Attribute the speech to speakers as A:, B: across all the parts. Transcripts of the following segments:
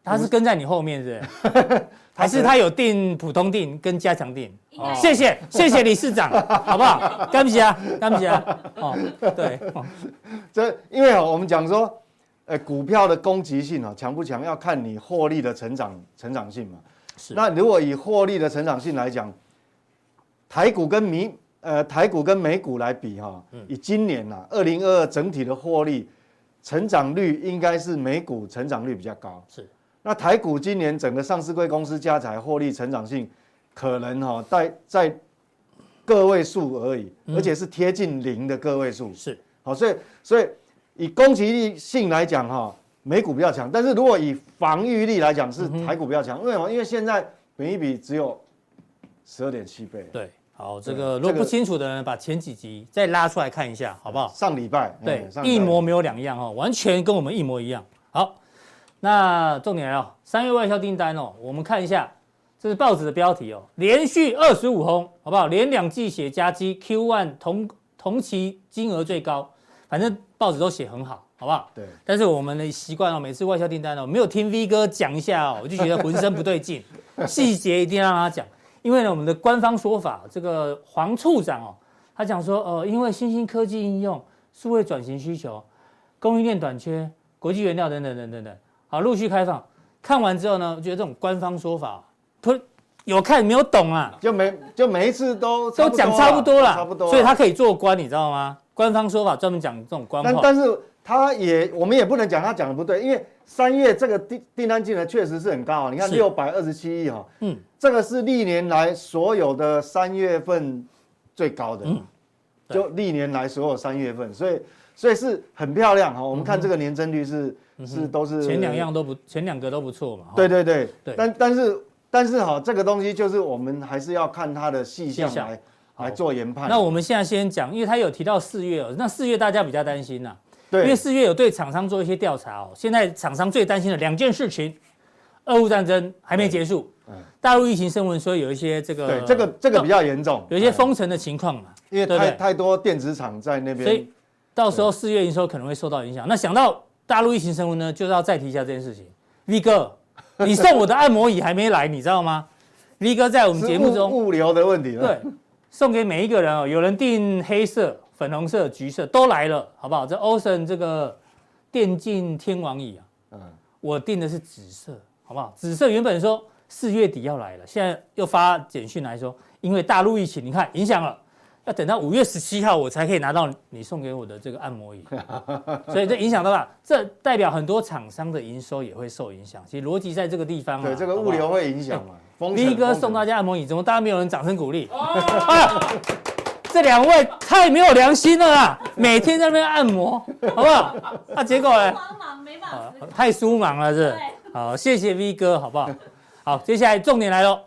A: 它是跟在你后面，是不 是还是它有定普通定跟加强定？
B: 应该
A: 谢谢谢谢理事长，好不好？干不起啊，干不起啊！哦，对，哦
C: 这因为哦，我们讲说，呃，股票的攻击性哦，强不强要看你获利的成长成长性嘛。
A: 是
C: 那如果以获利的成长性来讲，台股跟米呃台股跟美股来比哈、
A: 嗯
C: 以今年呐二零二二整体的获利成长率应该是美股成长率比较高。
A: 是。
C: 那台股今年整个上市贵公司加起来获利成长性可能哈、在在个位数而已，
A: 嗯
C: 而且是贴近零的个位数。
A: 是
C: 好、所以所以以攻击力性来讲哈、美股比较强，但是如果以防御力来讲
A: 嗯
C: 是台股比较强，为什么？因为现在本一比只有十二点七倍，
A: 对。好，这
C: 对
A: 个如果
C: 这
A: 不
C: 个
A: 清楚的人，把前几集再拉出来看一下，好不好？
C: 上礼拜
A: 对
C: 嗯，上礼拜
A: 一模没有两样哦，完全跟我们一模一样。好，那重点来了，三月外销订单哦，我们看一下，这是报纸的标题哦，连续二十五红，好不好？连两季写加基 Q one 同同期金额最高，反正报纸都写很好，好不好？
C: 对，
A: 但是我们的习惯哦，每次外销订单哦，没有听 V 哥讲一下哦，我就觉得浑身不对劲，细节一定要让他讲。因为呢，我们的官方说法，这个黄处长哦，他讲说，呃，因为新兴科技应用、数位转型需求、供应链短缺、国际原料等等等等等，好，陆续开放。看完之后呢，我觉得这种官方说法、哦，不有看没有懂啊，
C: 就每就每一次都
A: 都讲差不多啦，
C: 啊差不多啦，啊
A: 所以他可以做官，你知道吗？官方说法专门讲这种官
C: 但
A: 话，
C: 但是他也，我们也不能讲他讲的不对，因为三月这个订订单金额确实是很高、啊你看
A: 是
C: 六百二十七亿哈，
A: 嗯，
C: 这个是历年来所有的三月份最高的，
A: 嗯对
C: 就历年来所有三月份，所以所以是很漂亮哈、我们看这个年增率是、是都是
A: 嗯前两样都不，前两个都不错嘛。哦
C: 对对对，
A: 对
C: 但但是但是哈、这个东西就是我们还是要看它的细项
A: 细项
C: 来
A: 好
C: 来做研判。
A: 那我们现在先讲，因为他有提到四月哦，那四月大家比较担心呐、啊因为
C: 对
A: 四月有对厂商做一些调查哦。现在厂商最担心的两件事情，俄乌战争还没结束，大陆疫情升温，所以有一些这个
C: 对这个这个比较严重，
A: 有一些封城的情况嘛，
C: 因为
A: 对不
C: 太
A: 对？
C: 太多电子厂在那
A: 所
C: 边
A: 以。到时候四月营收可能会受到影响。那想到大陆疫情升温呢，就是要再提一下这件事情。V 哥，你送我的按摩椅还没来，你知道吗？V 哥在我们
C: 是
A: 节目
C: 物
A: 中
C: 物流的问题了。
A: 对，送给每一个人哦。有人订黑色、粉红色、橘色都来了，好不好？这 Ocean 这个电竞天王椅啊，
C: 嗯
A: 我订的是紫色，好不好？紫色原本说四月底要来了，现在又发简讯来说，因为大陆疫情，你看影响了，要等到五月十七号我才可以拿到你送给我的这个按摩椅， 所以这影响到了，这代表很多厂商的营收也会受影响。其实逻辑在这个地方、啊，
C: 对，这个
A: 好不哎
C: 物
A: 好
C: 流会影响嘛。封城
A: 力哥
C: 封城
A: 送大家按摩椅，怎么大家没有人掌声鼓励？ 啊，这两位太没有良心了啦！每天在那边按摩，好不好？那、结果呢？
B: 帮忙没
A: 啊
B: 办法思考。
A: 太疏忙了是不是
B: 对
A: 好，谢谢 V 哥，好不好？好，接下来重点来喽，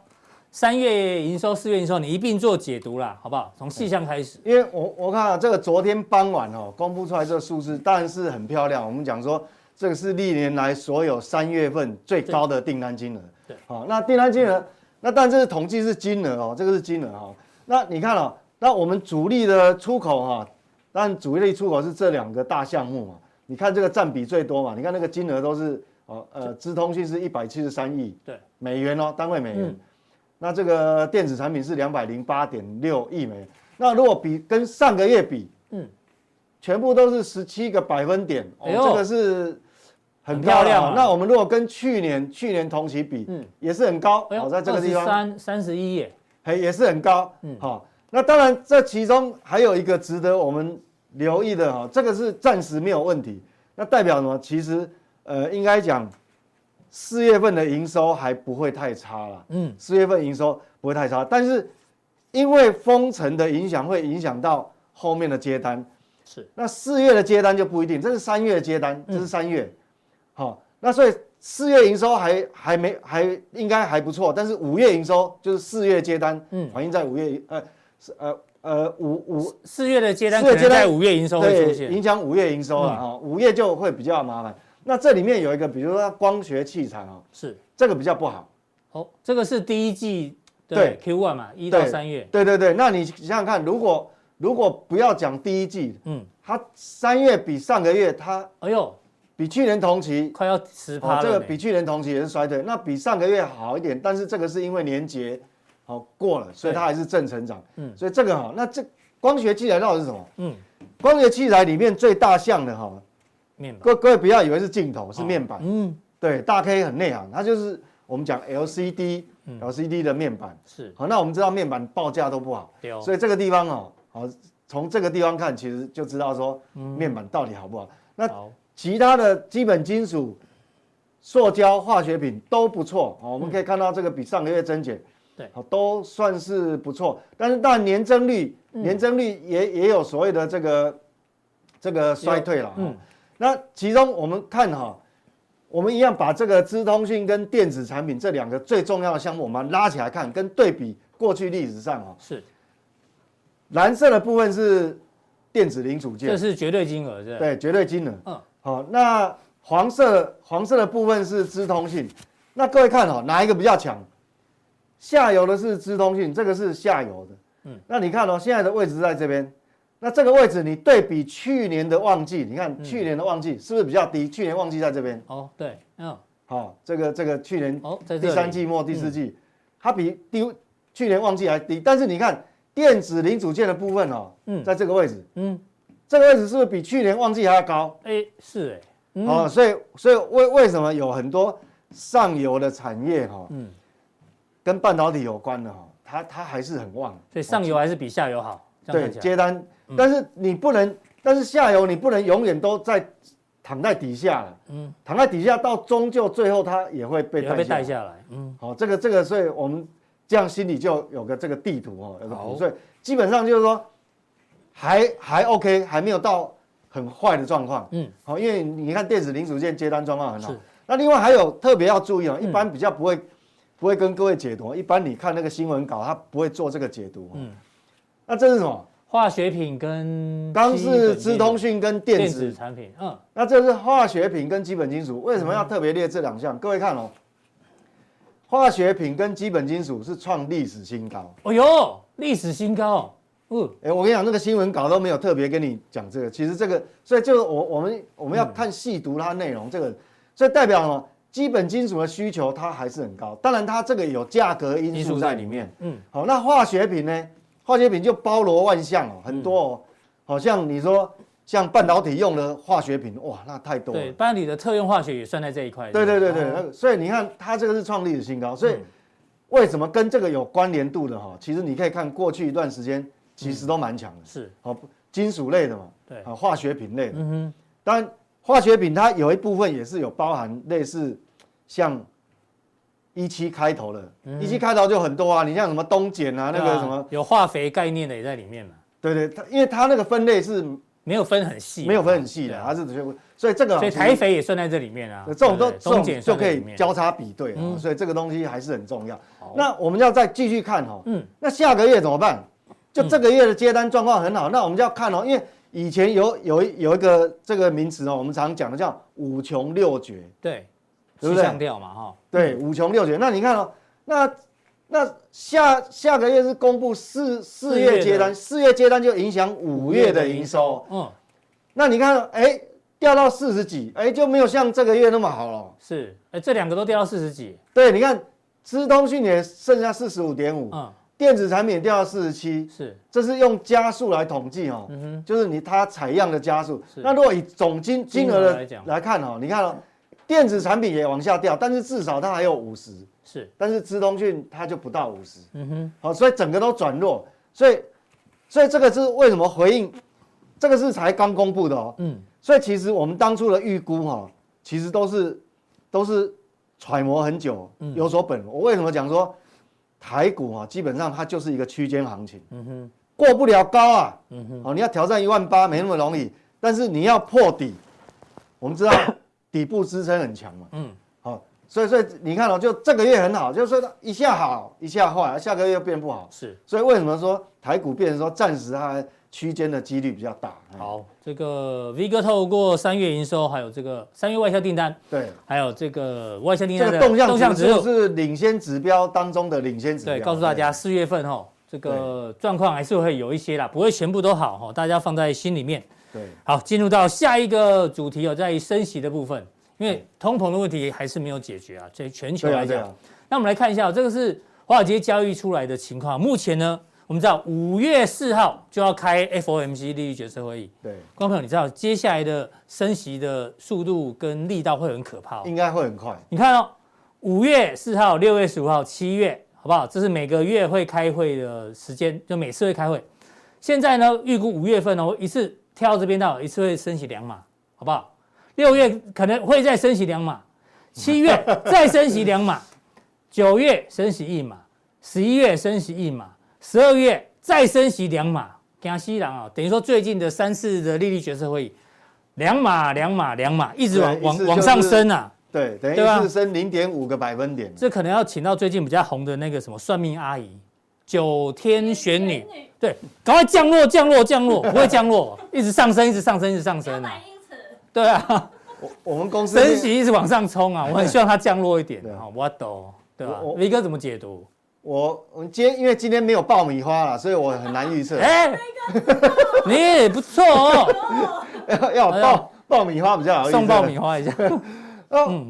A: 三月营收、四月营收，你一并做解读啦，好不好？从细项开始，
C: 因为我我看啊，这个昨天傍晚哦，公布出来这个数字当然是很漂亮。我们讲说，这个是历年来所有三月份最高的订单金额。
A: 对
C: 好、那订单金额，那但这是统计是金额哦，这个是金额哦。那你看哦，那我们主力的出口哈、当然主力出口是这两个大项目嘛。你看这个占比最多嘛，你看那个金额都是哦，呃，资通讯是一百七十三亿
A: 对
C: 美元哦，单位美元。
A: 嗯
C: 那这个电子产品是两百零八点六亿美元。那如果比跟上个月比，
A: 嗯
C: 嗯，全部都是十七个百分点，哦，
A: 哎呦
C: 这个是很
A: 很
C: 漂
A: 漂亮
C: 亮哦
A: 啊。
C: 那我们如果跟去年去年同期比，
A: 嗯
C: 嗯，也是很高，哦，在这个地方，
A: 三三十一耶，
C: 嘿，也是很高，
A: 嗯
C: 嗯，好。那当然，这其中还有一个值得我们留意的哈、这个是暂时没有问题。那代表什么？其实，呃，应该讲四月份的营收还不会太差了。
A: 嗯，
C: 四月份营收不会太差，但是因为封城的影响，会影响到后面的接单。
A: 是，嗯
C: 那四月的接单就不一定，这是三月的接单，这是三月。好、那所以四月营收还还没还应该还不错，但是五月营收就是四月接单，
A: 嗯
C: 反映在五月呃是呃呃五五
A: 四月的接单
C: 四
A: 可
C: 月
A: 能
C: 接单
A: 在五月营收会出
C: 对
A: 现，嗯
C: 影响五月营收了啊，哦五月就会比较麻烦。那这里面有一个，比如说光学器材哦，
A: 是，
C: 这个比较不好。
A: 哦，这个是第一季对
C: 对
A: Q one 嘛，一到
C: 对
A: 三月，
C: 对对对，那你想想看，如果如果不要讲第一季，
A: 嗯，
C: 它三月比上个月，它
A: 哎呦，
C: 比去年同期，
A: 快要十
C: 哦
A: 趴，
C: 这个
A: 了
C: 比
A: 呢，
C: 去年同期也是衰退，那比上个月好一点，但是这个是因为年节好、过了，所以
A: 对
C: 它还是正成长。
A: 嗯
C: 嗯，所以这个哈、那这光学器材到底是什么？
A: 嗯，
C: 光学器材里面最大项的哈、
A: 面板
C: 各各位不要以为是镜头，是面板。
A: 嗯，
C: 对，大 K 很内行，它就是我们讲 LCD、
A: 嗯
C: LCD 的面板。
A: 是，
C: 好，那我们知道面板报价都不好。
A: 对哦，
C: 所以这个地方哦，好，从这个地方看，其实就知道说
A: 嗯
C: 面板到底好不好。那
A: 好，
C: 其他的基本金属、塑胶、化学品都不错哦。我们可以看到这个比上个月增减，
A: 对
C: 好，都算是不错。但是但年增率，
A: 嗯
C: 年增率也也有所谓的这个这个衰退了。
A: 嗯
C: 嗯，那其中我们看哈、我们一样把这个资通讯跟电子产品这两个最重要的项目，我们拉起来看，跟对比过去历史上哦，
A: 是，
C: 蓝色的部分是电子零组件，
A: 这是绝对金额，是吧，
C: 对绝对金额。
A: 嗯，
C: 好、那黄色黄色的部分是资通信。那各位看哦，哪一个比较强？下游的是资通信，这个是下游的。
A: 嗯
C: 嗯，那你看哦，现在的位置在这边。那这个位置你对比去年的旺季，你
A: 嗯
C: 看去年的旺季是不是比较低？去年旺季在这边，
A: 哦，对，嗯，
C: 好、这个这个去年
A: 哦，在这
C: 第
A: 里
C: 三季末第四季，它比低去年旺季还低。但是你看电子零组件的部分哦，
A: 嗯
C: 在这个位置，
A: 嗯，
C: 这个位置是不是比去年旺季还要高？
A: 哎，是哎，嗯
C: 哦，所以所以为为什么有很多上游的产业哈、哦，
A: 嗯，
C: 跟半导体有关的哈、哦，它它还是很旺，哦
A: 所以上游还是比下游好，这样
C: 对
A: 看起来，嗯
C: 接单，但是你不能，但是下游你不能永远都在躺在底下了，
A: 嗯
C: 嗯，躺在底下到终究最后它也会被
A: 也会
C: 带
A: 被
C: 下
A: 带
C: 来。
A: 下来，嗯，
C: 好、这个这个，所以我们这样心里就有个这个地图哦，有个
A: 好
C: 图，所以基本上就是说还还 OK，还没有到很坏的状况。
A: 嗯
C: 嗯，好、因为你看电子零组件接单状况很好
A: 是。嗯
C: 那另外还有特别要注意哦，一般比较不会、不会跟各位解读，一般你看那个新闻稿，他不会做这个解读、哦。
A: 嗯
C: 嗯，那这是什么？
A: 化学品跟
C: 刚
A: 基本
C: 是
A: 金
C: 资
A: 属
C: 通讯跟电
A: 电
C: 子
A: 子产品，嗯，
C: 那这是化学品跟基本金属，为什么要特别列这两项？各位看哦，化学品跟基本金属是创历史新高。
A: 哎呦，历史新高，嗯，
C: 哎、我跟你讲，那个新闻稿都没有特别跟你讲这个。其实这个，所以就是我我们我们要看细读它内容，这个，所以代表什么？基本金属的需求它还是很高，当然它这个有价格因
A: 因素
C: 素
A: 在
C: 在里面。
A: 嗯，
C: 好，那化学品呢？化学品就包罗万象哦，很多哦。好像你说像半导体用的化学品，哇，那太多了
A: 对，。班里的特用化学也算在这一块，
C: 对对对对，
A: 哦
C: 那个，所以你看它这个是创历史新高，所以
A: 嗯
C: 为什么跟这个有关联度的哈？其实你可以看过去一段时间，其实都蛮强的。
A: 是，
C: 好，金属类的嘛，
A: 嗯对
C: 好化学品类的。
A: 嗯哼，
C: 当然，化学品它有一部分也是有包含类似像一七开头的，一七开头就很多啊。你像什么东碱啊，那
A: 嗯对
C: 个
A: 啊
C: 什么，
A: 有化肥概念的也在里面嘛，
C: 对对，它因为它那个分类是
A: 没有分很细，
C: 没有分很细
A: 对
C: 的，
A: 啊
C: 它是全部，所以这个
A: 所以
C: 其实
A: 台肥也算在这里面啊，
C: 这种都
A: 对不对
C: 这种
A: 中碱
C: 就
A: 算
C: 可
A: 在里
C: 以
A: 面
C: 交叉比对啊，
A: 嗯
C: 所以这个东西还是很重要
A: 好。
C: 那我们要再继续看哈，
A: 嗯，
C: 那下个月怎么办？就这个月的接单状况很好，那我们就要看哦，因为以前有有一有一个这个名词哦，我们常讲的叫五穷六绝，
A: 对，
C: 对不
A: 七
C: 对
A: 项调嘛哈，
C: 对，五穷六绝。那你看哦，那那下下个月是公布四四
A: 四月
C: 月
A: 的
C: 接单，四月接单就影响五月的营收。
A: 嗯，
C: 那你看哦，哎，掉到四十几，哎，就没有像这个月那么好了。
A: 是，哎，这两个都掉到四十几，
C: 对，你看，资通讯也剩下四十五点五，
A: 嗯，
C: 电子产品掉到四十七，
A: 是，
C: 这是用加速来统计哦，就是你它采样的加速。
A: 嗯是
C: 那如果以总金金额
A: 金额
C: 的
A: 来讲
C: 来看哦，你看哦，电子产品也往下掉，但是至少它还有五十，
A: 是，
C: 但是资通讯它就不到五十，
A: 嗯哼，
C: 好，所以整个都转弱，所以所以这个是为什么回应？这个是才刚公布的哦，
A: 嗯，
C: 所以其实我们当初的预估哈、其实都是都是揣摩很久，有所本。我为什么讲说台股哈、基本上它就是一个区间行情，嗯哼，过不了高啊，嗯哼，哦，你要挑战一万八没那么容易，但是你要破底，我们 知道底部支撑很强嘛，
A: 嗯
C: 嗯，好、所以所以你看哦，就这个月很好，就是说它一下好一下坏，下个月又变不好，
A: 是。
C: 所以为什么说台股变成说暂时它区间的几率比较大？哎，
A: 好，这个 V 哥透过三月营收，还有这个三月外销订单，
C: 对。
A: 还有这个外销订
C: 这
A: 单
C: 个
A: 的
C: 动向指
A: 指
C: 数
A: 数，
C: 是领先指标当中的领先指标。
A: 对，告诉大家四月份哈，这个状况还是会有一些啦，不会全部都好哈，大家放在心里面。
C: 对，对，
A: 好，进入到下一个主题哦，在于升息的部分，因为通膨的问题还是没有解决啊，所以全球
C: 嗯对啊，
A: 来
C: 对
A: 讲，
C: 啊，
A: 那我们来看一下哦、这个是华尔街交易出来的情况。目前呢，我们知道五月四号就要开 FOMC 利率决策会议，
C: 对，啊
A: 观众朋友，你知道接下来的升息的速度跟力道会很可怕、哦。
C: 应该会很快。
A: 你看哦，五月四号、六月十五号、七月，好不好？这是每个月会开会的时间，就每次会开会。现在呢，预估五月份哦，一次跳到这边到，一次会升息两码，好不好？六月可能会再升息两码，七月再升息两码，九月升息一码，十一月升息一码，十二月再升息两码。给他西朗啊，等于说最近的三次的利率决策会议，两码两码两码，一直往
C: 对一
A: 往
C: 次
A: 往
C: 就是
A: 上升啊。
C: 对，等于
A: 对啊
C: 一次升零点五个百分点。
A: 这可能要请到最近比较红的那个什么算命阿姨，九天玄女，对，赶快降落降落降落，不会降落，一直上升，一直上升，一直上
B: 九
A: 升啊
B: 百，英尺，
A: 对啊，
C: 我我们公司
A: 升息一直往上冲啊，我很希望它降落一点
C: 对啊
A: 啊，我懂，对吧
C: 我我
A: ？V 哥怎么解读？
C: 我我们今天因为今天没有爆米花了，所以我很难预测。
A: 哎，你也不错哦，
C: 要要有爆爆米花比较 好预测。
A: 送爆米花一 嗯下，
C: 哦，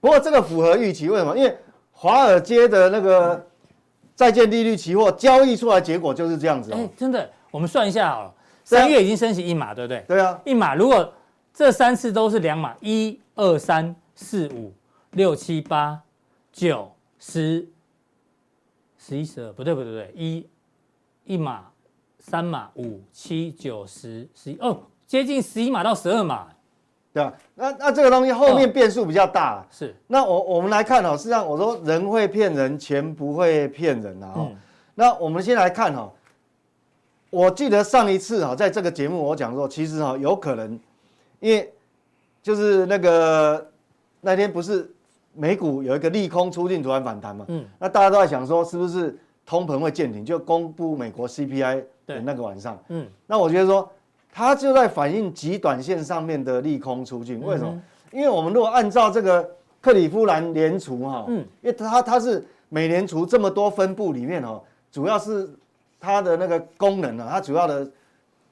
C: 不过这个符合预期，为什么？因为华尔街的那个债券利率期货交易出来结果就是这样子
A: 哎
C: 哦。，
A: 真的，我们算一下好了，
C: 对啊
A: 三月已经升息一码，对不对？
C: 对啊，
A: 一码，如果这三次都是两码，一二三四五六七八九十十一十二，不对不对不对，一一码三码五七九十十一哦，接近十一码到十二码
C: 对啊。那那这个东西后
A: 嗯
C: 面变数比较大了。
A: 是
C: 那我我们来看哦，事实际上我说人会骗人，钱不会骗人啊、哦
A: 嗯
C: 那我们先来看哈、哦，我记得上一次哈、哦，在这个节目我讲说，其实哈、哦、有可能，因为就是那个那天不是美股有一个利空出尽，突然反弹嘛，
A: 嗯
C: 那大家都在想说是不是通膨会见顶，就公布美国 CPI
A: 对
C: 的那个晚上，
A: 嗯
C: 那我觉得说，它就在反映极短线上面的利空出尽。为什
A: 嗯
C: 么？因为我们如果按照这个克利夫兰联储哈，
A: 嗯
C: 因为它它是美联储这么多分部里面哦，主要是它的那个功能啊，它主要的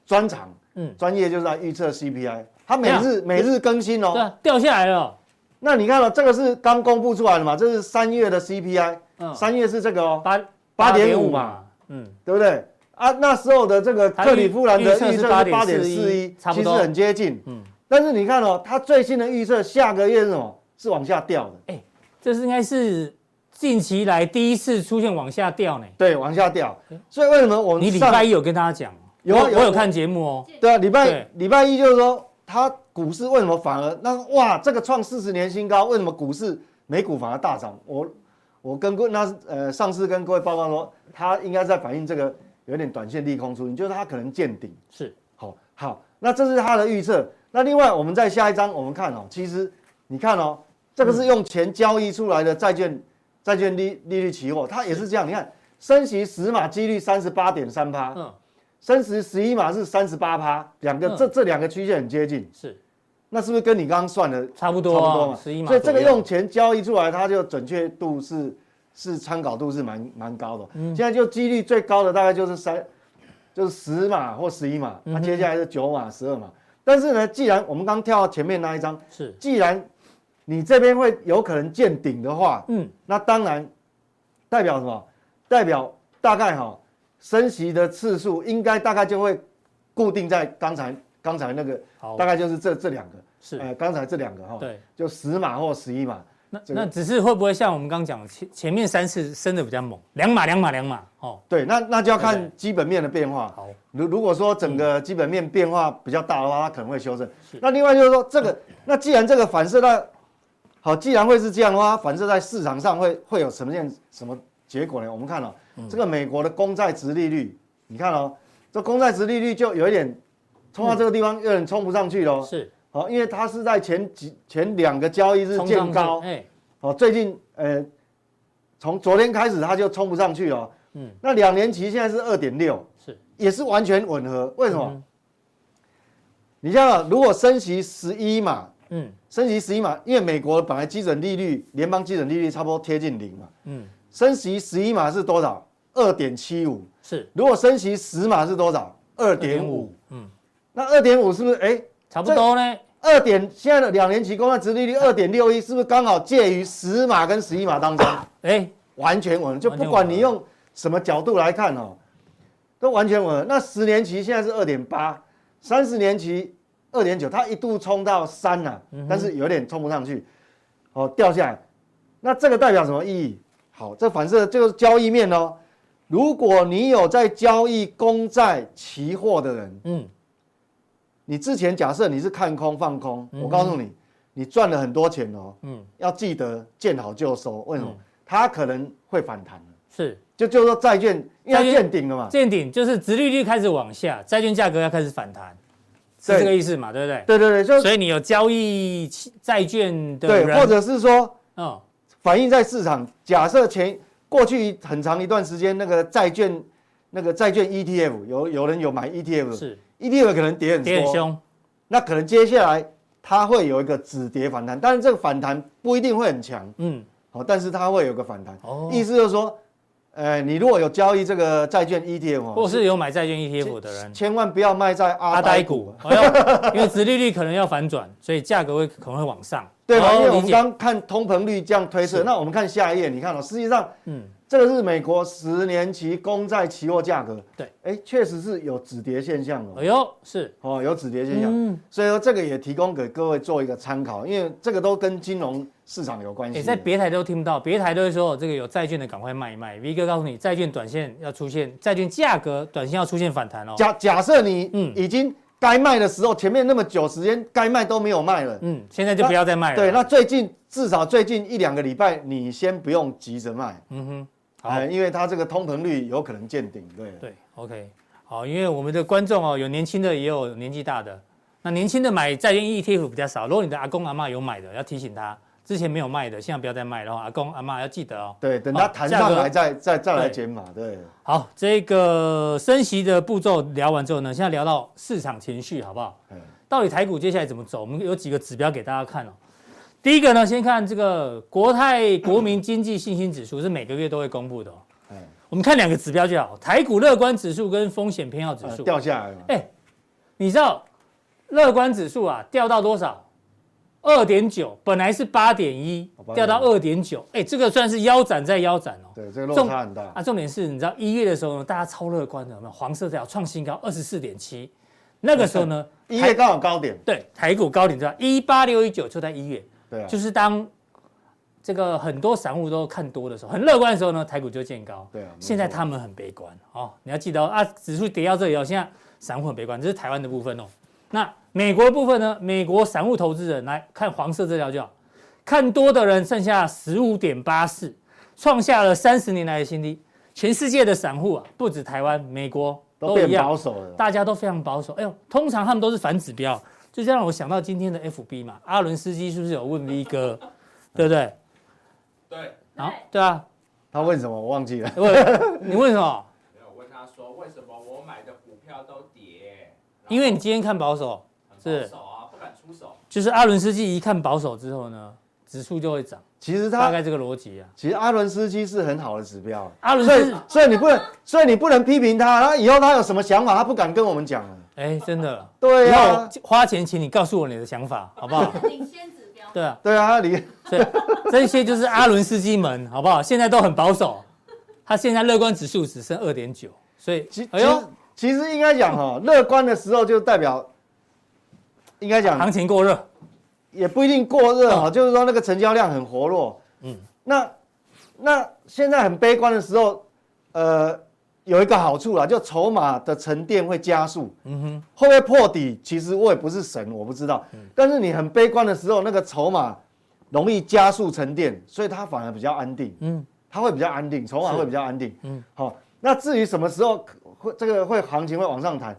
C: 专长
A: 嗯，
C: 专业就是在预测 CPI，它每
A: 对啊
C: 日每日更新
A: 对
C: 哦。
A: 啊，掉下来了，
C: 那你看哦，这个是刚公布出来的嘛，这是三月的 CPI，
A: 嗯
C: 三月是这个哦，
A: 八
C: 8.5，
A: 嗯
C: 对不对？啊，那时候的这个
A: 它
C: 克
A: 预
C: 里夫兰的
A: 预测
C: 预
A: 是
C: 测是八点四
A: 8.41
C: 一，
A: 差不
C: 其实
A: 多
C: 很接近。
A: 嗯，
C: 但是你看哦，它最新的预测下个月是什么？是往下掉的。
A: 这是应该是近期来第一次出现往下掉呢。
C: 对，往下掉。所以为什么我们
A: 你礼
C: 上
A: 拜一有跟大家讲，哦
C: 有啊
A: 我
C: 有
A: 哦我有看节目哦。
C: 对啊，礼拜
A: 对
C: 礼拜一就是说，它股市为什么反而那哇，这个创四十年新高，为什么股市美股反而大涨？我我跟各那呃上次跟各位报告说，它应该在反映这个有点短线利空出现，就是它可能见顶。
A: 是，
C: 好好，那这是它的预测。那另外我们在下一章我们看哦，其实你看哦，这个是
A: 嗯
C: 用钱交易出来的债券债券利利率期货，它也是这样。你看升息十码几率三十八点三趴，
A: 嗯，
C: 升十十一码是三十八趴，两个、
A: 嗯
C: 这这两个曲线很接近，
A: 是
C: 那是不是跟你刚刚算的
A: 差不
C: 差不
A: 多
C: 多
A: 啊，
C: 嘛？
A: 十一码
C: 所
A: 左右。
C: 以这个用钱交易出来，它就准确度是是参考度是蛮蛮高的。
A: 嗯
C: 现在就几率最高的大概就是三，就是十码或十一
A: 嗯
C: 码，那、接下来是九码、十二码。但是呢，既然我们刚跳到前面那一张，
A: 是，
C: 既然你这边会有可能见顶的话，
A: 嗯，
C: 那当然代表什么？代表大概哈、升息的次数应该大概就会固定在刚才刚才那个，
A: 好
C: 大，概就是这这两个，
A: 是
C: 呃刚才这两个哈、
A: 对。
C: 就十码或十一码，
A: 那
C: 这个
A: 那只是会不会像我们刚讲的前前面三次升的比较猛，两码两码两码哦，
C: 对，那那就要
A: 对
C: 看基本面的变化。
A: 好，嗯
C: 如如果说整个基本面变化比较大的话，它可能会修正。那另外就是说，这 个那既然这个反射在，好，既然会是这样的话，它反射在市场上会会有什么样什么结果呢？我们看哦，
A: 嗯
C: 这个美国的公债值利率，你看哦，这公债值利率就有一点冲到这个地方，有点冲不上去喽。
A: 嗯是
C: 好，因为它是在前几前两个交易日
A: 冲上
C: 见
A: 去
C: 高，
A: 哎，
C: 哦，最近呃，从昨天开始它就冲不上去了。
A: 嗯
C: 嗯，那两年期现在是二点六，
A: 是
C: 也是嗯完全吻合。为什么？你想想，如果升息十一嘛，
A: 嗯
C: 升息十一嘛，因为美国本来基准利率，联邦基准利率差不多贴近零嘛，
A: 嗯
C: 升息十一码是多少？二点七五。
A: 是
C: 如果升息十码是多少？二点五。
A: 嗯，
C: 那二点五是不是？哎、
A: 差不多呢，
C: 二点现在的两年期公债殖利率二点六一，是不是刚好介于十码跟十一码当中？
A: 哎，
C: 完全吻合，就
A: 完全吻合
C: 不管你用什么角度来看哦，都完全吻合。那十年期现在是二点八，三十年期二点九，它一度冲到三了、
A: 嗯
C: 但是有点冲不上去，哦，掉下来。那这个代表什么意义？好，这反射就是交易面哦。如果你有在交易公债期货的人，
A: 嗯
C: 你之前假设你是看空放空，我告诉你，你赚了很多钱哦。
A: 嗯
C: 要记得见好就收，为什么？它可能会反弹了
A: 是
C: 就就是说债券因为它
A: 债券
C: 见顶了嘛，
A: 见顶，就是殖利率开始往下，债券价格要开始反弹，是
C: 对
A: 这个意思嘛？对不对？
C: 对对对，就是
A: 所以你有交易期债券的
C: 对，
A: 人，
C: 或者是说
A: 嗯
C: 反映在市场。假设前过去很长一段时间，那个债券那个债券 ETF 有有人有买 E ETF，
A: 是
C: ETF 可能跌很
A: 跌很
C: 多，
A: 凶，
C: 那可能接下来它会有一个止跌反弹，但是这个反弹不一定会很强，
A: 嗯
C: 好，但是它会有个反弹。
A: 哦，
C: 意思就是说，呃，你如果有交易这个债券 ETF，哦
A: 或是有买债券 ETF 的人，
C: 千万不要卖在阿
A: 阿
C: 呆
A: 呆
C: 股
A: 股，，哎呦因为殖利率可能要反转，所以价格会可能会往上。
C: 对吧？
A: 哦
C: 因为我
A: 理
C: 们
A: 解
C: 刚看通膨率这样推测，
A: 是
C: 那我们看下一页，你看哦，实际上
A: 嗯
C: 这个是美国十年期公债期货价格，
A: 对，
C: 哎，确实是有止跌现象
A: 哎
C: 哦，
A: 呦，是，
C: 哦，有止跌现象，
A: 嗯，
C: 所以说这个也提供给各位做一个参考，因为这个都跟金融市场有关
A: 哎、
C: 系的。
A: 在别台都听不到，别台都会说哦这个有债券的赶快卖一卖。V 哥告诉你，债券短线要出现，债券价格短线要出现反弹哦。
C: 假假设你
A: 嗯
C: 已经该卖的时候，前面那么久时间该卖都没有卖了，
A: 嗯，现在就不要再卖了。
C: 对，那最近至少最近一两个礼拜，你先不用急着卖，
A: 嗯哼，好，
C: 哎，因为它这个通膨率有可能见顶，对。
A: 对，OK，好，因为我们的观众哦，有年轻的，也有年纪大的。那年轻的买债券 ETF 比较少，如果你的阿公阿妈有买的，要提醒他，之前没有卖的，现在不要再卖了哦，然后阿公阿妈要记得哦。
C: 对，等它
A: 哦
C: 弹
A: 价
C: 上
A: 格
C: 来再再再来
A: 对
C: 减码，对，
A: 好，这个升息的步骤聊完之后呢，现在聊到市场情绪好不好？
C: 嗯
A: 到底台股接下来怎么走？我们有几个指标给大家看哦。第一个呢，先看这个国泰国民经济信心指数，是每个月都会公布的、哦。
C: 哎，
A: 我们看两个指标就好，台股乐观指数跟风险偏好指
C: 呃
A: 数。
C: 掉下来嘛，
A: 哎、你知道乐观指数啊掉到多少？二点九，本来是八点一
C: 哦8.1，
A: 掉到二点九，哎，这个算是腰斩再腰斩哦。
C: 对，这个落
A: 重
C: 差很大，
A: 啊，重点是，你知道一月的时候呢，大家超乐观的，有没有？黄色这条创新高二十四点七，那个时候呢，
C: 一
A: 台
C: 月刚好高点，啊
A: 对台股高点知道一八六一九就在一月，
C: 对啊，
A: 就是当这个很多散户都看多的时候，很乐观的时候呢，台股就见高。
C: 对啊没错
A: 现在他们很悲观哦，你要记得哦啊，指数跌到这里哦，现在散户很悲观，这是台湾的部分哦。那美国的部分呢？美国散户投资人来看黄色这条就好，看多的人剩下十五点八四，创下了三十年来的新低。全世界的散户啊，不止台湾、美国
C: 都
A: 都一
C: 变
A: 样，
C: 保守了。
A: 大家都非常保守。哎呦，通常他们都是反指标，就这让我想到今天的 FB 嘛，阿伦斯基是不是有问 V 哥，对不对？
D: 对，
A: 啊
B: 对，
A: 对啊，
C: 他问什么我忘记
A: 哎
C: 了。
A: 问你问什么？
D: 没有问他说为什么我买的股票都跌，然后
A: 因为你今天看保守，
D: 很
A: 是
D: 保守啊，不敢出手。
A: 就是阿伦斯基一看保守之后呢，指数就会涨，
C: 其实
A: 大
C: 他
A: 概这个逻辑啊。
C: 其实阿伦斯基是很好的指标啊，
A: 阿伦
C: 所以
A: 斯，
C: 所以你不能所以你不能批评他，他以后他有什么想法他不敢跟我们讲了。
A: 哎，真的，
C: 对
A: 以后
C: 啊，
A: 花钱请你告诉我你的想法，好不 好？
B: 它是领先指标，
A: 对啊，
C: 对啊，他离
A: 所以这些就是阿伦斯基们，好不好？现在都很保守，他现在乐观指数只剩二点九，所以
C: 其
A: 哎
C: 其
A: 呦
C: 实，其实应该讲哈，乐观的时候就代表，应该讲
A: 行情过热，
C: 也不一定过热哈，就是说那个成交量很活络。
A: 嗯
C: 嗯，那那现在很悲观的时候，呃，有一个好处啦，就筹码的沉淀会加速。
A: 嗯哼，
C: 会不会破底？其实我也不是神，我不知道。但是你很悲观的时候，那个筹码容易加速沉淀，所以它反而比较安定。
A: 嗯
C: 嗯，它会比较安定，筹码
A: 是
C: 会比较安定。
A: 嗯
C: 嗯，好、那至于什么时候可会这个会行情会往上弹，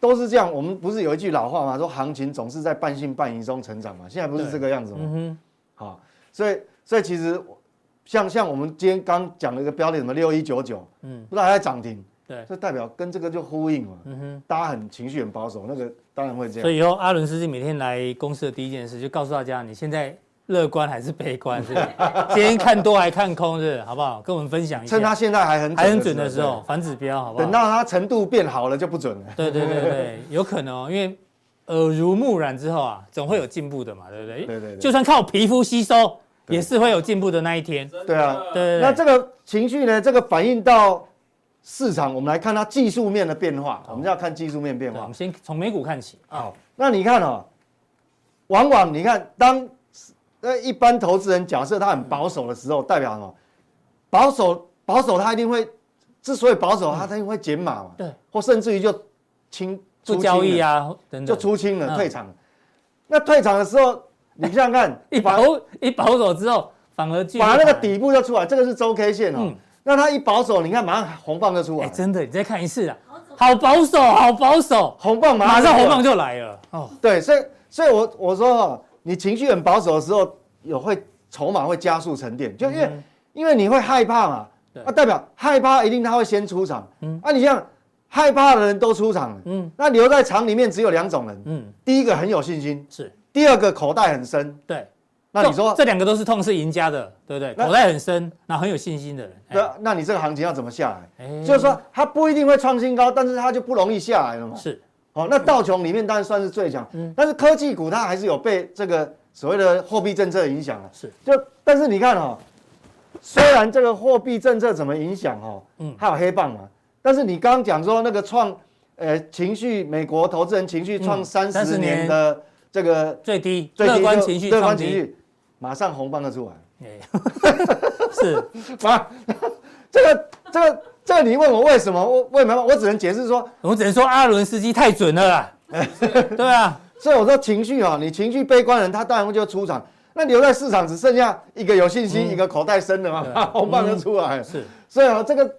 C: 都是这样。我们不是有一句老话吗？说行情总是在半信半疑中成长嘛。现在不是
A: 对
C: 这个样子吗？
A: 嗯哼，
C: 好、所以所以其实我像像我们今天刚讲了一个标的，什么六一九九，
A: 嗯
C: 嗯，不知道还在涨停，
A: 对
C: 这代表跟这个就呼应嘛，嗯哼，大家很情绪很保守，那个当然会这
A: 所
C: 样，
A: 以以后阿伦斯基每天来公司的第一件事，就告诉大家你现在乐观还是悲观，是不是？ 今天看多还看空，是不是？好不好？跟我们分享一下。
C: 趁它现在还很
A: 还很准的时候，，反指标，好不
C: 对
A: 好？
C: 等到它程度变好了就不准了，
A: 对对对对，有可能哦，因为耳濡目染之后啊，总会有进步的嘛，对不对？
C: 对对对
A: 就算靠皮肤吸收，也是会有进步的那一天。
D: 真的
C: 对啊
A: 对对对，
C: 那这个情绪呢，这个反映到市场，我们来看它技术面的变化，我们就要看技术面变
A: 对我
C: 化
A: 们，先从美股看起啊。
C: 好，那你看哦，往往你看，当呃一般投资人假设他很保守的时
A: 嗯
C: 候，代表什么？保守保守，他一定会，之所以保守，他他一定会减码嘛，
A: 嗯对，
C: 或甚至于就清
A: 做交易
C: 啊，
A: 啊，等等，
C: 就出清
A: 嗯，
C: 了，退场了。那退场的时候，你想想看
A: 一
C: 把
A: 保一保守之后，反而继续
C: 把那个
A: 买，
C: 底部就出来，这个是周 K 线哦
A: 嗯。
C: 那他一保守，你看马上红棒就出
A: 哎，
C: 来，
A: 真的，你再看一次啊，
B: 好走，
A: 好保守，好保守，
C: 红棒
A: 马
C: 就
A: 上
C: 出来
A: 红棒就来了哦。
C: 对，所以所以我我说哦，你情绪很保守的时候，有会筹码会加速沉淀，就因为、因为你会害怕嘛
A: 嗯对，
C: 啊，代表害怕一定他会先出场，啊，你像害怕的人都出场了，
A: 嗯
C: 那留在场里面只有两种人，
A: 嗯，
C: 第一个很有信心，
A: 是
C: 第二个口袋很深，
A: 对。
C: 那你说
A: 这，两个都是痛是赢家的，对不对？
C: 那
A: 口袋很深，然后很有信心的人，哎
C: 那那你这个行情要怎么下来？
A: 哎
C: 就是说，它不一定会创新高，但是它就不容易下来了嘛。
A: 是
C: 哦，那道琼里面当然算是最强，
A: 嗯
C: 但是科技股它还是有被这个所谓的货币政策影响了。啊
A: 是，
C: 就但是你看哦，虽然这个货币政策怎么影响哦，
A: 嗯
C: 嗯，还有黑棒嘛，但是你刚刚讲说那个创，呃，情绪，美国投资人情绪
A: 嗯
C: 创三
A: 30
C: 十
A: 年
C: 年的这个
A: 最低
C: 最低
A: 乐
C: 就
A: 观情绪，
C: 乐观
A: 创
C: 情
A: 低，
C: 绪，马上红棒就出来。
A: 哎是
C: 啊， 这个这个这个你问我为什么，我为什么，我只能解释说，
A: 我只能说阿伦斯基太准了 啦，对啊，
C: 所以我说情绪啊，你情绪悲观的人，他当然就出场。那留在市场只剩下一个有信心，一个口袋深的
A: 嗯对嗯
C: 嘛， 红棒就出来了。
A: 是。
C: 所以啊，这个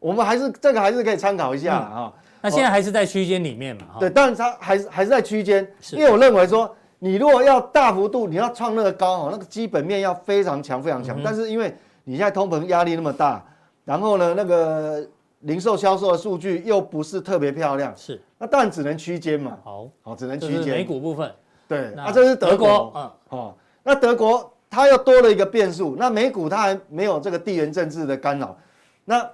C: 我们还是这个还是可以参考一下
A: 嗯
C: 啊。
A: 那现在还是在区间里面嘛，哈
C: 对，，但是它还是还是在区间，
A: 是
C: 因为我认为说，你如果要大幅度，你要创那个高哈，那个基本面要非常强非常
A: 嗯
C: 强。但是因为你现在通膨压力那么大，然后呢，那个零售销售的数据又不是特别漂亮，
A: 是
C: 那当然只能区间嘛，
A: 好，
C: 好，只能
A: 这
C: 区
A: 是
C: 间。
A: 美股部分，
C: 对，
A: 那
C: 啊，这是德国，
A: 嗯，
C: 哦，那德国它又多了一个变数，那美股它还没有这个地缘政治的干扰，那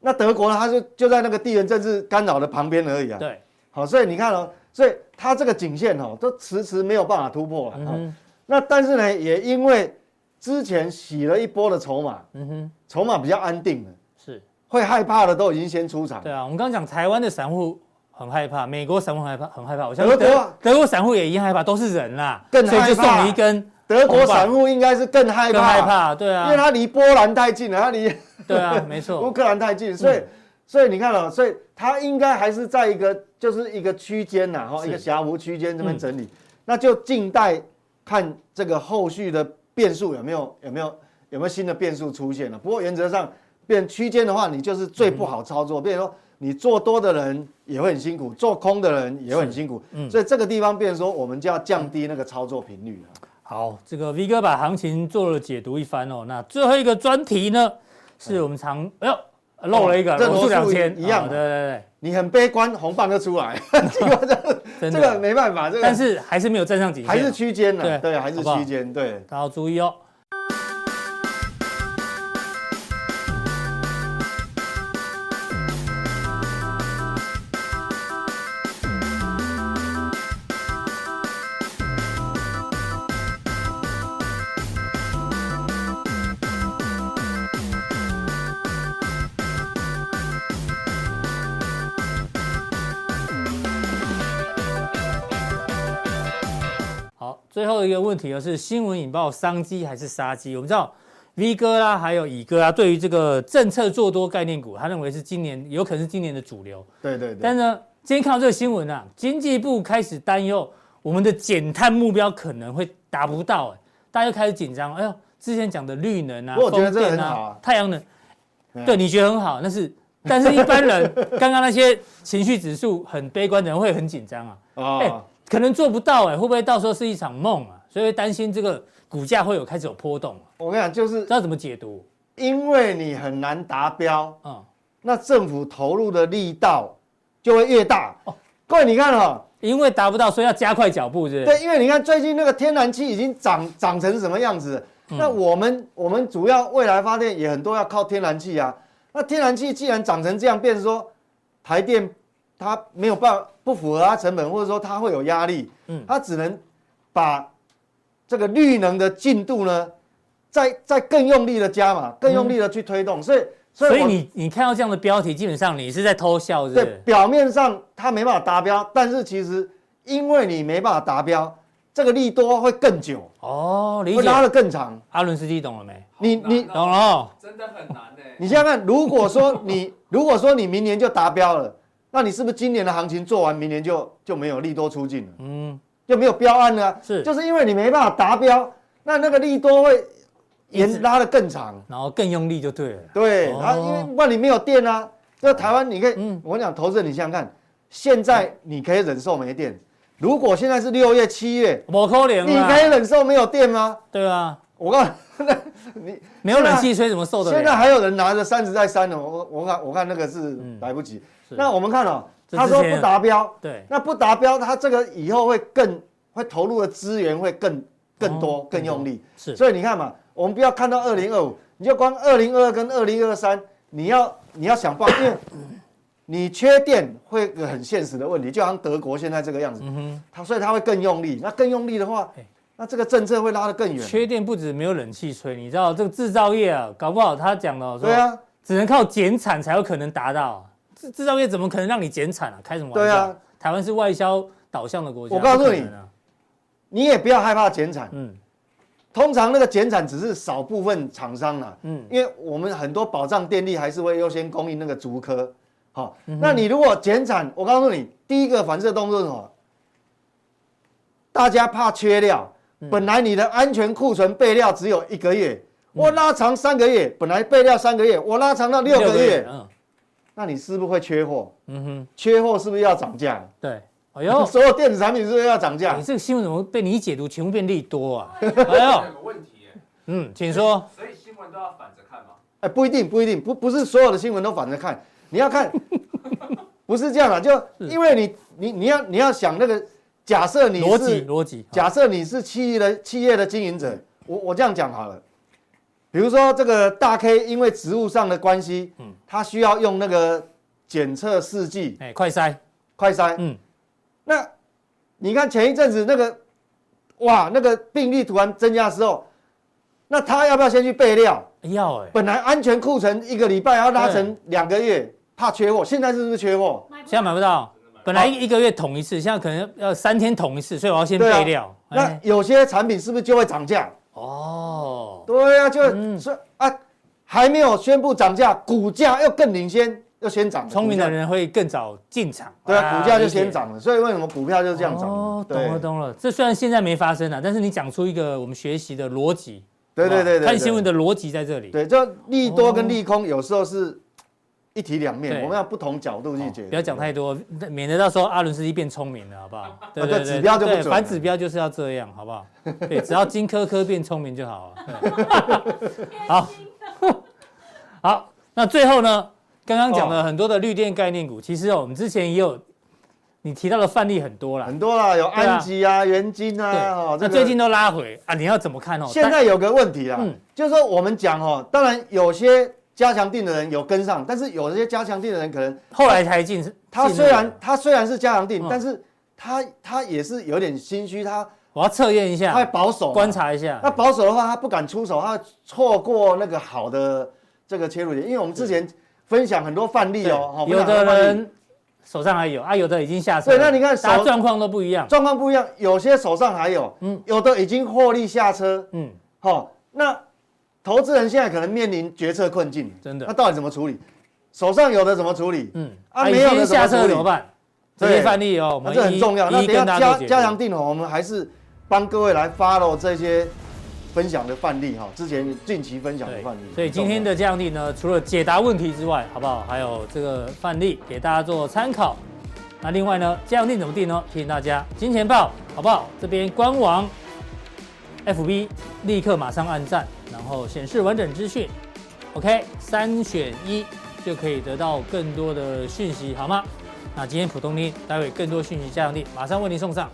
C: 那德国呢，它就就在那个地缘政治干扰的旁边而已啊。
A: 对，
C: 好，所以你看哦，所以它这个颈线哦，都迟迟没有办法突破了、
A: 嗯
C: 哦
A: 哼，
C: 那但是呢，也因为之前洗了一波的筹码，
A: 嗯哼，
C: 筹码比较安定了，
A: 是，
C: 会害怕的都已经先出场
A: 对。啊，我们刚刚讲台湾的散户很害怕，美国散户很害怕，很害怕，我相
C: 德
A: 信
C: 国
A: 德
C: 啊
A: 德国散户也一样害怕，都是人啦，
C: 更
A: 所以就
C: 害怕
A: 送你一根
C: 德国散户应该是更害
A: 更
C: 怕，
A: 害怕，对
C: 因为
A: 啊，
C: 它离波兰太近了，它离
A: 对啊，没
C: 乌
A: 错，
C: 克兰太近，所
A: 嗯
C: 以、所以你看哦，所以它应该还是在一个就是一个区间呐，哈，
A: 是嗯
C: 一个狭幅区间这边整理。那就静待看这个后续的变数有没有有没有有没有新的变数出现了。不过原则上变区间的话，你就是最不好操
A: 嗯
C: 作，比如说你做多的人也会很辛苦，做空的人也会很辛苦。
A: 嗯
C: 所以这个地方变成说，我们就要降低那个操作频率了。
A: 好，这个 V 哥把行情做了解读一番哦。那最后一个专题呢，是我们常哎呦漏了一个，
C: 哦这
A: 罗
C: 罗
A: 素
C: 素
A: 两千
C: 一样
A: 啊
C: 嘛
A: 对对
C: 你很悲观，红棒就出来，结果这
A: 对，真
C: 这个
A: 的，
C: 没办法，这个
A: 但是还是没有站上颈线，
C: 还是区间
A: 对
C: 呢，对，还是
A: 好不好
C: 区间，对。
A: 大家要注意哦。好，最后一个问题呢哦是新闻引爆商机还是杀机？我们知道 V 哥啦，还有乙哥啊，对于这个政策做多概念股，他认为是今年有可能是今年的主流。
C: 对对对，
A: 但是呢，今天看到这个新闻啊，经济部开始担忧我们的减碳目标可能会达不到、哎，大家就开始紧张。哎呦，之前讲的绿能啊，
C: 不过我觉得
A: 风电
C: 这个很好啊
A: 太阳能，
C: 嗯
A: 对，你觉得很好，那是，但是一般人 刚刚那些情绪指数很悲观的人会很紧张啊，哎、
C: 啊，
A: 可能做不到、哎，会不会到时候是一场梦啊？所以会担心这个股价会有开始有波动、啊，
C: 我跟你讲，就是
A: 知道怎么解读？
C: 因为你很难达标，
A: 嗯，
C: 那政府投入的力道就会越大。各位，你看哦，
A: 因为达不到，所以要加快脚步，是不
C: 对，
A: 是？
C: 因为你看最近那个天然气已经涨涨成什么样子了，
A: 嗯
C: 那我们我们主要未来发电也很多要靠天然气啊。那天然气既然涨成这样，变成说台电它没有办法不符合它成本，或者说它会有压力，
A: 嗯
C: 它只能把这个绿能的进度呢，再再更用力的加嘛，更用力的去推动，所以所
A: 嗯
C: 以
A: 所以
C: 我
A: 你你看到这样的标题，基本上你是在偷笑，是不
C: 对，
A: 是？
C: 表面上它没办法达标，但是其实因为你没办法达标，这个利多会更久，
A: 哦，理
C: 会
A: 解。
C: 拉得更长。
A: 阿伦斯基懂了没？
C: 你
D: 好难
C: 你
D: 哦
A: 懂了哦。
D: 真的很难呢。
C: 你 想想看，如果说你 如果说你明年就达标了，那你是不是今年的行情做完，明年就就没有利多出尽了，
A: 嗯，
C: 就没有标案了啊？
A: 是
C: 就是因为你没办法达标，那那个利多会
A: 一直
C: 延拉得更长。
A: 然后更用力就对了。
C: 对，
A: 哦嗯
C: 它因为万里没有电啊，就台湾你可以，我跟你讲，投资人你想想看，现在你可以忍受没电，如果现在是六月、七月，
A: 我扣脸
C: 你
A: 了
C: 可
A: 啦，
C: 以忍受没有电吗？
A: 啊对啊，
C: 我告诉
A: 没有冷气吹怎么受
C: 你，
A: 得
C: 现在
A: 了？
C: 还有人拿着三十在三呢，我我看我看那个是来不及。
A: 嗯是
C: 那我们看哦，
A: 这
C: 他
A: 之
C: 说
A: 前
C: 不达标，
A: 对，
C: 那不达标，他这个以后会更会投入的资源会更更多、
A: 哦
C: 更用力。
A: 是
C: 所以你看嘛，我们不要看到二零二五，你就光二零二二跟二零二三，你要你要想办法，因为你缺电会有很现实的问题，就好像德国现在这个样子，它所以它会更用力。那更用力的话
A: 嗯哎，
C: 那这个政策会拉得更远。
A: 缺电不止没有冷气吹，你知道这个制造业啊，搞不好他讲的
C: 对
A: 说，
C: 啊，
A: 只能靠减产才有可能达到啊。制制造业怎么可能让你减产啊？开什么玩
C: 对
A: 笑
C: 啊？
A: 台湾是外销导向的国家，
C: 我告诉
A: 不可能
C: 你
A: 啊
C: 你也不要害怕减产。
A: 嗯
C: 通常那个减产只是少部分厂商啦、
A: 嗯
C: 嗯，因为我们很多保障电力还是会优先供应那个竹科。好、那你如果减产，我告诉你，第一个反射动作是什么？大家怕缺料，本来你的安全库存备料只有一个月，我拉长三个月，本来备料三个月，我拉长到六个月，
A: 嗯
C: 那你是不是会缺货？
A: 嗯哼，
C: 缺货是不是要涨价？
A: 对，哎 呦，
C: 所有电子产品是不是要涨价
A: 你？这个新闻怎么被你一解读，全部变利多 啊？
D: 哎
A: 哎
D: 呦，
A: 呦，
D: 有个问题耶，
A: 嗯，请说。
D: 所以新闻都要反着看嘛。
C: 哎，不一定，不一定，不不是所有的新闻都反着看，你要看， 不是这样啦，就因为你你你要你要想那个假设你
A: 逻辑
C: 是
A: 逻辑，
C: 假设你是企业的企业的经营者，我我这样讲好了，比如说这个大 K 因为职务上的关系，嗯，他需要用那个检测试剂
A: 哎，快塞，
C: 快筛，
A: 嗯，
C: 那你看前一阵子那个，哇，那个病例突然增加的时候，那他要不要先去备料？
A: 要哎，
C: 本来安全库存一个礼拜要拉成两个月，怕缺货，现在是不是缺货？
B: 买不
A: 现在买不到，
D: 真的
A: 本来一个月捅一次，现在可能要三天捅一次，所以我要先备料。
C: 啊那
A: 哎
C: 有些产品是不是就会涨价？
A: 哦，
C: 对呀、啊，就
A: 嗯
C: 是、啊，还没有宣布涨价，股价又更领先，又先涨。
A: 聪明的
C: 股价，
A: 人会更早进场。
C: 对啊，股价就
A: 理解
C: 先涨了，所以为什么股票就是这样涨？
A: 哦，
C: 对
A: 懂了懂了。这虽然现在没发生啊，但是你讲出一个我们学习的逻辑，
C: 对
A: 好不
C: 对
A: 好
C: 对对，
A: 看
C: 对
A: 哦新闻的逻辑在这里。
C: 对，就利多
A: 哦
C: 跟利空有时候是一体两面，
A: 对
C: 我们要不同角度去
A: 哦
C: 解读。
A: 不要讲太多，免得到时候阿伦斯基变聪明了，好不 好？对
C: 对指标就不
A: 对
C: 准
A: 反
C: 了
A: 指标就是要这样，好不好？对，只要金科科变聪明就好了。 对好好，那最后呢，刚刚讲了很多的绿电概念股，其实哦，我们之前也有你提到的范例很多啦。
C: 很多啦，有
A: 对啊
C: 安吉啊、元金
A: 对，
C: 啊，哦，
A: 那
C: 这个
A: 最近都拉回啊，你要怎么看哦？
C: 现在有个问题啦
A: 嗯，
C: 就是说我们讲哦，当然有些加强定的人有跟上，但是有些加强定的人可能
A: 但后来才进，
C: 他
A: 进
C: 虽
A: 入
C: 然
A: 了
C: 他虽然是加强定
A: 嗯，
C: 但是他他也是有点心虚，他
A: 我要测验一
C: 他会
A: 下，
C: 保守嘛
A: 观。察一下
C: 那。保守的话，他不敢出手，他错过那个好的这个切入点，因为我们之前分享很多范例
A: 对
C: 哦，哦
A: 有
C: 分享
A: 的
C: 很多范例
A: 人手上还有啊，有的已经下车了。
C: 对那你看
A: 大家
C: 手
A: 状况都不一样。
C: 状况不一样，有些手上还有，
A: 嗯
C: 有的已经获利下车，
A: 嗯，
C: 好、那投资人现在可能面临决策困境，
A: 真的
C: 那到底怎么处理？手上有的怎么处理？
A: 嗯，
C: 啊
A: 你
C: 没有
A: 先
C: 的怎
A: 下
C: 么
A: 车
C: 处
A: 怎么
C: 理
A: 办？这
C: 对
A: 些范例哦，我们
C: 那啊这很
A: 一
C: 重要。那
A: 一
C: 等一
A: 跟大
C: 下
A: 家
C: 加
A: 做解
C: 加强
A: 读
C: 定哦，我们还是帮各位来 follow 这些分享的范例哈、之前近期分享的
A: 对
C: 范例。
A: 所以今天的加强定呢，除了解答问题之外，好不好？还有这个范例给大家做参考。那另外呢，加强定怎么定呢？提醒大家，金钱豹好不好？这边官网、FB 立刻马上按赞，然后显示完整资讯。OK，三选一就可以得到更多的讯息，好吗？那今天普通听，待会更多讯息加强定马上为您送上。